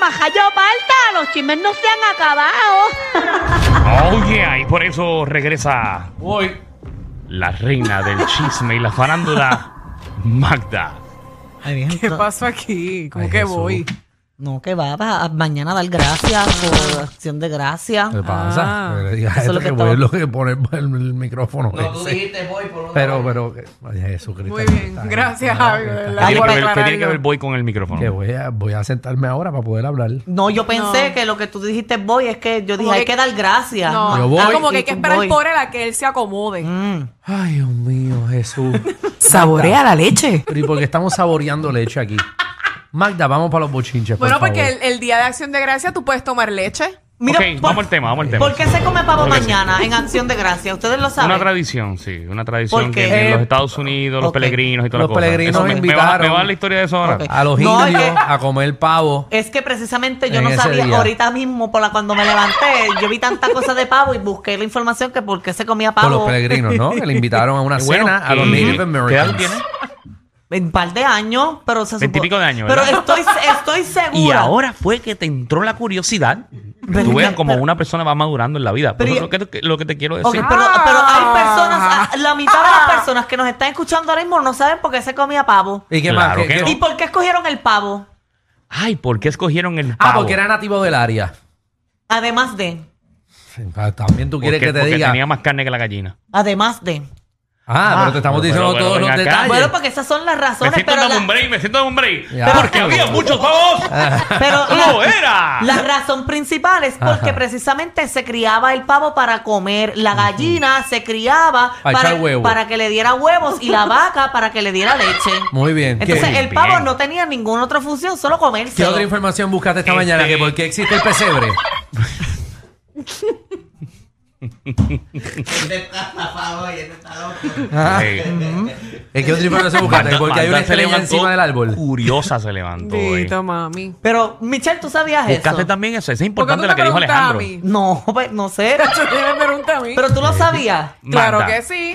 majayo palta, los chismes no se han acabado. Oh yeah, y por eso regresa Voy. la reina del chisme y la farándula, Magda. Ay, bien, ¿Qué to- pasó aquí? ¿Cómo Ay, que Jesús. voy? No, que va, va, a- mañana dar gracias por acción de gracias. ¿Qué pasa? Ah. No le digas Eso es eso, lo que que voy a estaba- lo que poner el, el micrófono. No, tú ese. dijiste voy por una Pero, vez. pero, que- ay, Jesucristo. Muy bien, Está gracias, está- Javi, de está- verdad. ¿Qué tiene, por que ver, qué tiene aclararlo. que ver Boy con el micrófono? Que voy a, voy a sentarme ahora para poder hablar. No, yo pensé que lo que tú dijiste voy es que yo dije Como hay que- que dar gracias. No, Yo ah, voy. como que Y hay que tú esperar voy. por él a que él se acomode. Mm. Ay, Dios mío, Jesús. Saborea la leche. Pero, ¿y por qué estamos saboreando leche aquí? Magda, vamos para los bochinches. por Bueno, favor. porque el, el día de acción de gracia tú puedes tomar leche. Mira, ok, vamos al tema, vamos al tema. ¿Por qué se come pavo Porque sí. mañana en acción de gracias? Ustedes lo saben. Una tradición, sí, una tradición ¿Por qué? que en los Eh, Estados Unidos, los ok. peregrinos y toda Los la cosa. peregrinos Eso me, me va- invitaron. me va la historia de eso ahora. Ok. A los No, es indios, que- a comer pavo. Es que precisamente yo En no ese sabía, día. ahorita mismo, por la cuando me levanté, yo vi tanta cosa de pavo y busqué la información que por qué se comía Con pavo. los peregrinos, ¿no? Que le invitaron a una Y bueno, cena a los ¿qué- Native ¿Qué edad Americans. tiene? En un par de años, pero se supo- Veintipico de años, Pero ¿verdad? estoy, estoy segura. Y ahora fue que te entró la curiosidad. Tú veas como una persona va madurando en la vida. Pero Pero eso es y- lo, que, te- lo que te quiero Ok, decir. pero, pero hay personas, ah, la mitad de las personas que nos están escuchando ahora mismo no saben por qué se comía pavo. ¿Y qué Claro más? que ¿Qué- qué- no. ¿Y por qué escogieron el pavo? Ay, ¿por qué escogieron el pavo? Ah, porque era nativo del área. Además de, Ah, También tú quieres Porque- que te porque diga. tenía más carne que la gallina. además de. Ah, pero te estamos pero- diciendo pero- todos pero los ven acá. detalles. Bueno, porque esas son las Me razones, siento pero, en la- un break, me siento en un break. Ya. Ah. Porque había muchos pavos. pero ¡No eh. la- era! La razón principal es porque Ajá. precisamente se criaba el pavo para comer, la gallina se criaba Para para, echar huevo. para que le diera huevos y la vaca para que le diera leche. Muy bien. ¿Qué, Entonces Qué el pavo bien. no tenía ninguna otra función, solo comerse. qué otra información buscaste esta Este- mañana? ¿Que ¿Por qué existe el pesebre? Él está zafado hoy, él está loco. Sí. ¿Eh, ¿Qué otra información buscaste? Magda- Ah. Porque hay una Magda se estrella levantó encima del árbol. Uh, Curiosa se levantó. hoy. Dito, mami. Pero Michelle, ¿tú sabías Buscaste eso? también eso. Eso es ¿Por qué tú importante me la que dijo preguntas a Alejandro. mí? No, pues, no sé. Tú me preguntas a mí. Pero tú lo sabías. claro Magda, que sí.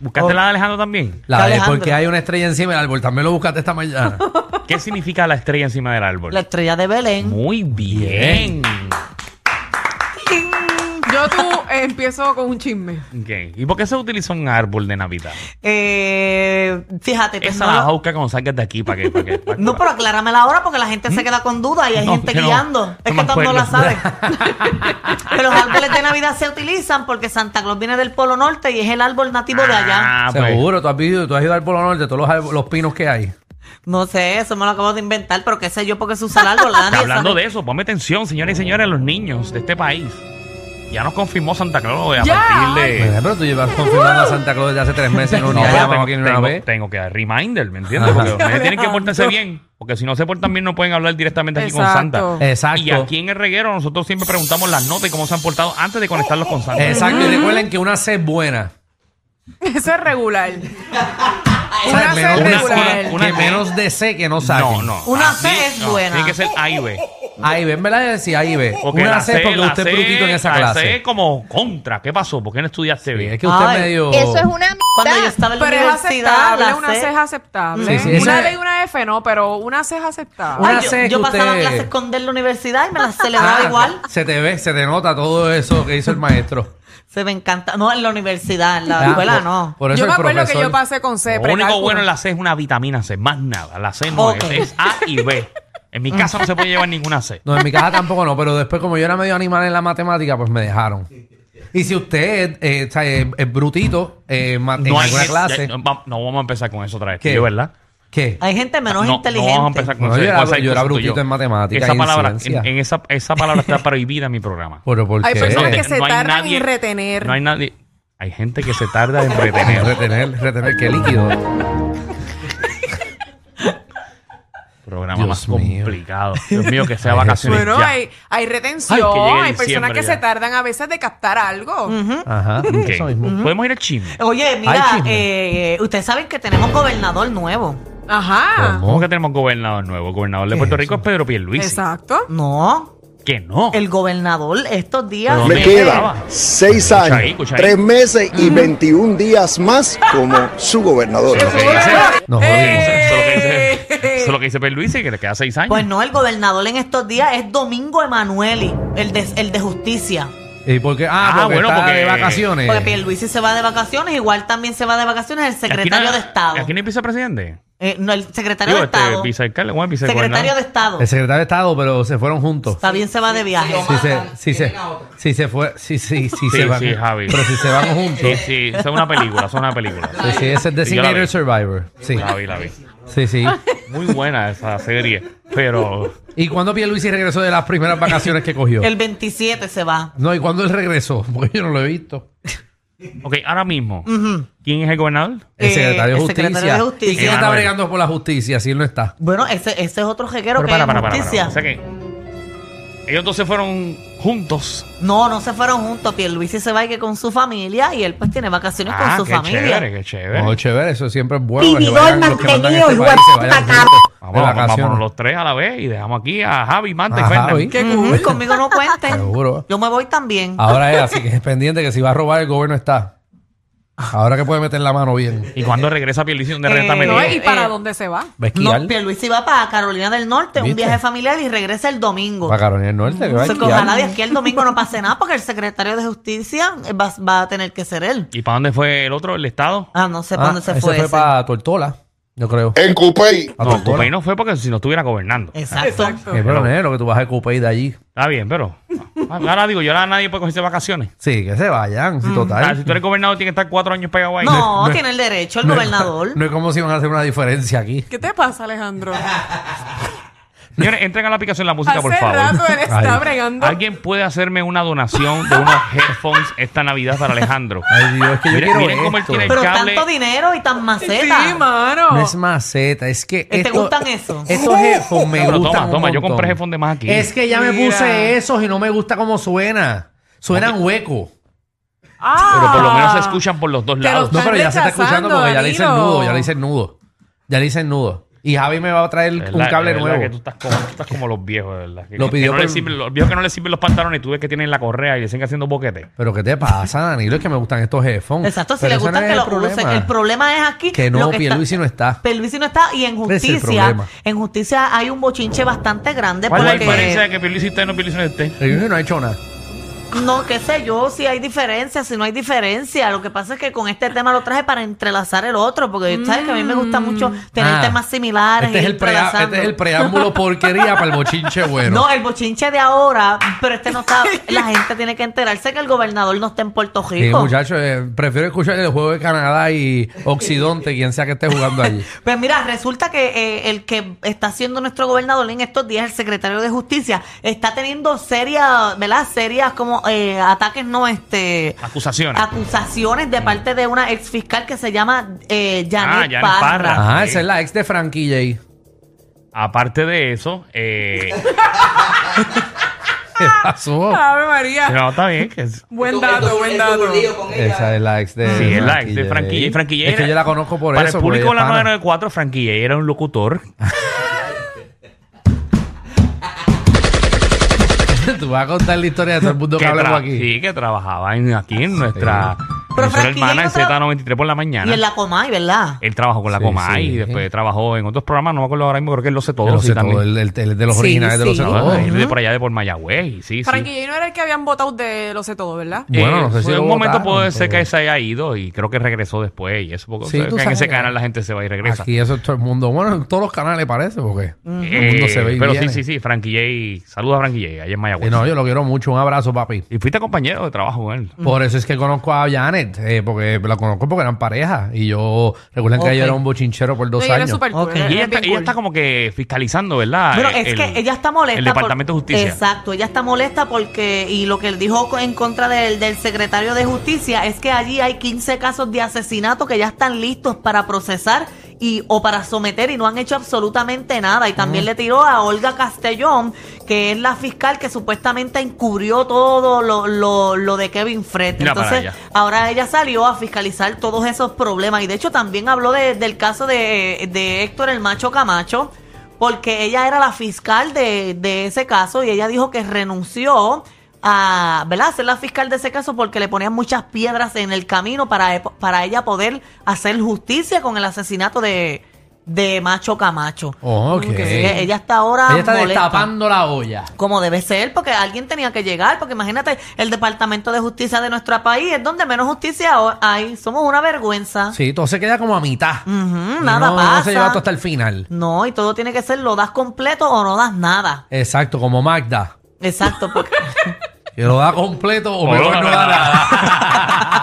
¿Buscaste Oh. la de Alejandro también? La de Alejandro. porque hay una estrella encima del árbol. También lo buscaste esta mañana. ¿Qué significa la estrella encima del árbol? La estrella de Belén. Muy bien. Yo tú eh, empiezo con un chisme. Ok. ¿Y por qué se utiliza un árbol de Navidad? Eh, fíjate, pues Esa no, la lo- vas a buscar cuando salgas de aquí para que. Para que para que- no, pero acláramela ahora porque la gente se queda con dudas y hay ¿Mm? No, gente que no. guiando. No es me que todo no la sabe. acuerdo. que los árboles de Navidad se utilizan porque Santa Claus viene del Polo Norte y es el árbol nativo de allá. Ah, pues. Seguro, tú has, vivido, tú has ido al Polo Norte, todos los, árboles- los pinos que hay. No sé, eso me lo acabo de inventar, pero qué sé yo porque se usa el árbol. Nadie Hablando sabe. de eso, ponme atención, señores y señores, a los niños de este país. Ya nos confirmó Santa Claus a Ya. partir de. Mira, Pero tú llevas confirmando a Santa Claus desde hace tres meses. No, No, ni pero allá, tengo, vamos aquí ni una tengo- vez. tengo que dar reminder, ¿me entiendes? Porque Ajá. ustedes tienen que portarse bien. Porque si no se portan bien, no pueden hablar directamente aquí con Exacto. Santa. Exacto. Y aquí en el reguero, nosotros siempre preguntamos las notas y cómo se han portado antes de conectarlos con Santa. Exacto. Y recuerden que una C es buena. Eso es regular. O sea, Una menos es de- regular. que una- una- menos de C que no saquen. No, no. Una Así- C es no, buena. Tiene que ser A y B. Ahí ven, ¿verdad? Sí, ahí ve. Porque una la C, porque la usted C- es brutito en esa la clase. C es como contra. ¿Qué pasó? ¿Por qué no estudiaste Sí, bien? es que usted Ay, es medio. Eso es una Cuando yo mierda. estaba en la Pero es universidad, aceptable, la una sé- C es aceptable. Sí, sí, eso una es- ley, una F no, pero una C es aceptable. Una Ay, yo, C yo que pasaba usted- clases con D en la universidad y me las Ah, celebraba igual. Se te ve, se te nota todo eso que hizo el maestro. Se me encanta. No, en la universidad, en la Ah, escuela pues, por- no. Por eso yo me el acuerdo que profesor- yo pasé con C. Lo único precálculo. bueno en la C es una vitamina C, más nada. La C no Ok. es, es A y B. En mi casa no se puede llevar ninguna C. No, Mm. en mi casa tampoco no, pero después como yo era medio animal en la matemática, pues me dejaron. Y si usted eh, o sea, es, es brutito eh, en ma- en No hay alguna que- clase, ya- no, va- no vamos a empezar con eso otra vez, ¿Qué? tío, ¿verdad? ¿qué? Hay gente menos no, inteligente. No vamos a empezar con No, eso. yo era- con esa yo era cosa brutito tuya. en matemática Esa y en palabra, en, ciencia. en esa, esa palabra está prohibida en mi programa. Pero ¿por Hay qué? personas que No se hay tardan nadie- en retener. No hay nadie. Hay gente que se tarda en retener, retener. retener, retener, qué líquido. programa Dios más mío. complicado. Dios mío, que sea Ay, vacaciones. Bueno, ya. hay, hay retención, Ay, que llegue hay personas diciembre que ya. se tardan a veces de captar algo. Ajá, Ok. eso mismo. Podemos ir al chisme. Oye, mira, chisme. eh, ustedes saben que tenemos gobernador nuevo. Ajá. ¿Cómo que tenemos gobernador nuevo? El gobernador de ¿Qué Puerto es Rico eso? es Pedro Pierluisi. Exacto. No, Que no. el gobernador estos días. ¿Pero Me dónde quedan estaba? seis Escucha ahí, años, escucha ahí. tres meses y 21 días más como su gobernador. Eso es lo que dice. Eh, Eh. No, Eso es lo que dice. Eso es lo que dice Perluisi, que le queda seis años. Pues no, el gobernador en estos días es Domingo Emanueli, el de, el de justicia. ¿Y por qué? Ah, Ah, porque bueno, está porque- de vacaciones. Porque Pierluisi se va de vacaciones, igual también se va de vacaciones el ¿Y aquí no- secretario de Estado. ¿y ¿Aquí no hay vicepresidente? Eh, no, el secretario Digo, de Estado. este, vicealcalde, bueno, secretario de Estado. El secretario de Estado, pero se fueron juntos. También se va de Sí, viaje. Si sí, se, Matan, si se, tienen a otro. si se fue, si, si, si Sí, se van. sí, Javi. Pero si se van juntos. Sí, sí, eso es una película, eso es una película. Sí, sí, ese es Sí, yo la Designated vi. Survivor. Sí, La vi, la vi. sí, sí. Muy buena esa serie, pero ¿Y cuándo Pierluisi regresó de las primeras vacaciones que cogió? El 27 se va. No, ¿y cuándo él regresó? Porque yo no lo he visto. Ok, ahora mismo, ¿quién es el gobernador? El Eh, secretario de el Justicia. secretario de Justicia. ¿Y quién está Emanuel. bregando por la justicia si él no está? Bueno, ese, ese es otro jequero Pero que para, es para, para, justicia. para. O sea que ellos dos se fueron juntos. No, no se fueron juntos. Pierluisi se va y que con su familia y él pues tiene vacaciones Ah, con su qué familia. chévere, qué chévere. No, chévere, eso siempre es bueno. que se Vividor vayan los que mandan mantenido, este hijo país, de se puta, vayan cabrón. juntos de Vamos, vamos, vacaciones. vámonos los tres a la vez y dejamos aquí a Javi, Manta y Ajá, Fernan. oí. Qué Uy, cool. conmigo no cuenten. Seguro. Yo me voy también. Ahora es así que es pendiente que si va a robar el gobierno está. Ahora que puede meter la mano bien. ¿Y cuando regresa Pierluisi? ¿Dónde Eh, regresa no, No, Metido? ¿Y Eh, para eh. dónde se va? ¿Ves No, Pierluisi va para Carolina del Norte, un ¿Viste? viaje familiar y regresa el domingo. Para Carolina del Norte, que va a O sea, que esquiar. ojalá de aquí el domingo no pase nada porque el secretario de justicia eh, va, va a tener que ser él. ¿Y para dónde fue el otro, el Estado? Ah, no sé para Ah, dónde se ese fue. ese. para Tortola, yo creo. En Coupey. A No, Tortola. Cupey no fue porque si no estuviera gobernando. Exacto. Qué pero nero, que tú vas a Coupey de allí. Está bien, pero. ah, Ahora digo, yo ahora nadie puede cogerse vacaciones. Sí, que se vayan, Mm. sí, O sea, Ah, si total. tú eres gobernador, tienes que estar cuatro años pegado ahí. No, tiene el derecho el gobernador. No es como si van a hacer una diferencia aquí. ¿Qué te pasa, Alejandro? Señores, entren a la aplicación la música, Hace por favor. rato él está Ay. bregando. ¿Alguien puede hacerme una donación de unos headphones esta Navidad para Alejandro? Ay, Dios, es que yo Miren- quiero miren cómo él esto. tiene- Pero cable- tanto dinero y tan maceta. Eh, Sí, mano. No es maceta, es que. ¿Te esto- gustan esos? Estos headphones me Pero gustan. toma, un toma, yo montón. compré headphones de más aquí. Es que ya me Mira. puse esos y no me gusta cómo suena. Suenan hueco. Ah. Pero por lo menos se escuchan por los dos Pero- lados. No, pero ya se está rechazando, escuchando porque ya le hice el Danilo. nudo, ya le hice el nudo. Ya le hice el nudo. Y Javi me va a traer De verdad, un cable de verdad nuevo. que tú estás como, tú estás como los viejos, de verdad. Que- Lo que pidió no le por- sirven- los viejos que no les sirven los pantalones, tú ves que tienen la correa y le siguen haciendo boquete. Pero ¿qué te pasa, Danilo? Es que me gustan estos headphones. Exacto, si Pero le ese gustan no es que el lo usen. El problema es aquí. Que lo no, está- Pierluisi no está. Pierluisi no está y en Ese es el justicia, problema. en justicia hay un bochinche bastante grande ¿Cuál es la porque diferencia de que Pierluisi esté y no Pierluisi no esté? El no ha hecho nada. no qué sé yo si hay diferencia, si no hay diferencia. Lo que pasa es que con este tema lo traje para entrelazar el otro porque sabes que a mí me gusta mucho tener Ah, temas similares. Este e es, ir el prea- entrelazando. este es el preámbulo porquería para el bochinche bueno. No, el bochinche de ahora, pero este no está. La gente tiene que enterarse que el gobernador no está en Puerto Sí, Rico. muchachos, eh, prefiero escuchar el juego de Canadá y Occidente, quien sea que esté jugando allí. Pues mira, resulta que eh, el que está siendo nuestro gobernador en estos días, el secretario de Justicia, está teniendo serias, ¿verdad? Serias como eh, ataques, no, este... Acusaciones. Acusaciones de parte de una ex fiscal que se llama eh, Janet Ah, Janet Parra. Parra. Ajá, Ok. esa es la ex de Frankie J. Aparte de eso, eh, ¿Qué Ah. pasó? Ave María. no, está bien. Que es- Buen dato, buen dato. Esa es la ex de. Sí, es la ex Frankie de J. Franquilla. Y Frankie J Es que era- yo la conozco por para eso. el porque público de ella la es pana. 994, Franquilla era un locutor. Tú vas a contar la historia de todo el mundo que, que hablamos tra- aquí. Sí, que trabajaba en- aquí en nuestra Pero emisora Frankie hermana ya en no traba- Z93 por la mañana. Y en la Comay, ¿verdad? Él trabajó con la Sí, Comay sí. y después trabajó en otros programas, no me acuerdo ahora mismo, creo que él lo sé todo. Yo lo sí, sé también. Oh, todo, el, el- el de los Sí, originales de los Oh, sí. sé No, todo. él de por allá de por Mayagüez, y sí, sí. Frankie J. no era el que habían votado de Lo sé todo, ¿verdad? Eh, Bueno, no sé si en lo un momento votaron, puede ser que pero- se haya ido y creo que regresó después y eso porque Sí, o sea, tú que en sabes ese que- canal la gente se va y regresa. Aquí eso es todo el mundo. Bueno, en todos los canales parece, porque todo el Eh, mundo se ve y pero viene. sí, sí, sí, Frankie J. Saludos a Frankie J. Allá en Y Mayagüez. no, yo lo quiero mucho. Un abrazo, papi. Y fuiste compañero de trabajo con él. Por eso es que conozco a Janet, eh, porque la conozco porque eran pareja. Y yo, recuerden Ok. que yo era un bochinchero por dos No, y él es años. súper cool, Ok. él Y ella es está, bien ella cool. está como que fiscalizando, ¿verdad? Eh, Pero El- es que Ah, el- ella está molesta. El Departamento por- de Justicia. Exacto, ella está molesta porque, y lo que él dijo co- en contra del, del secretario de Justicia es que allí hay 15 casos de asesinato que ya están listos para procesar y o para someter y no han hecho absolutamente nada. Y Mm. también le tiró a Olga Castellón, que es la fiscal que supuestamente encubrió todo lo, lo, lo de Kevin Fred. Mira para Entonces, allá. ahora ella salió a fiscalizar todos esos problemas y de hecho también habló de- del caso de, de Héctor el Macho Camacho, porque ella era la fiscal de, de ese caso y ella dijo que renunció a ¿verdad? a ser la fiscal de ese caso porque le ponían muchas piedras en el camino para, e- para ella poder hacer justicia con el asesinato de, de macho camacho. Oh, ok. Ok. Así que ella está ahora Ella está molesta. destapando la olla. Como debe ser, porque alguien tenía que llegar, porque imagínate, el Departamento de Justicia de nuestro país es donde menos justicia ho- hay. Somos una vergüenza. Sí, todo se queda como a mitad. Ujú, Y nada no, pasa. No se lleva todo hasta el final. No, y todo tiene que ser lo das completo o no das nada. Exacto, como Magda. Exacto, porque... Que lo da completo o mejor no da nada.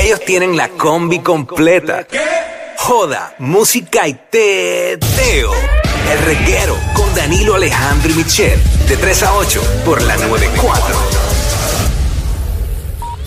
Ellos tienen la combi completa. Joda, música y teo. El reguero con Danilo Alejandro y Michel. De 3 a 8 por la 94.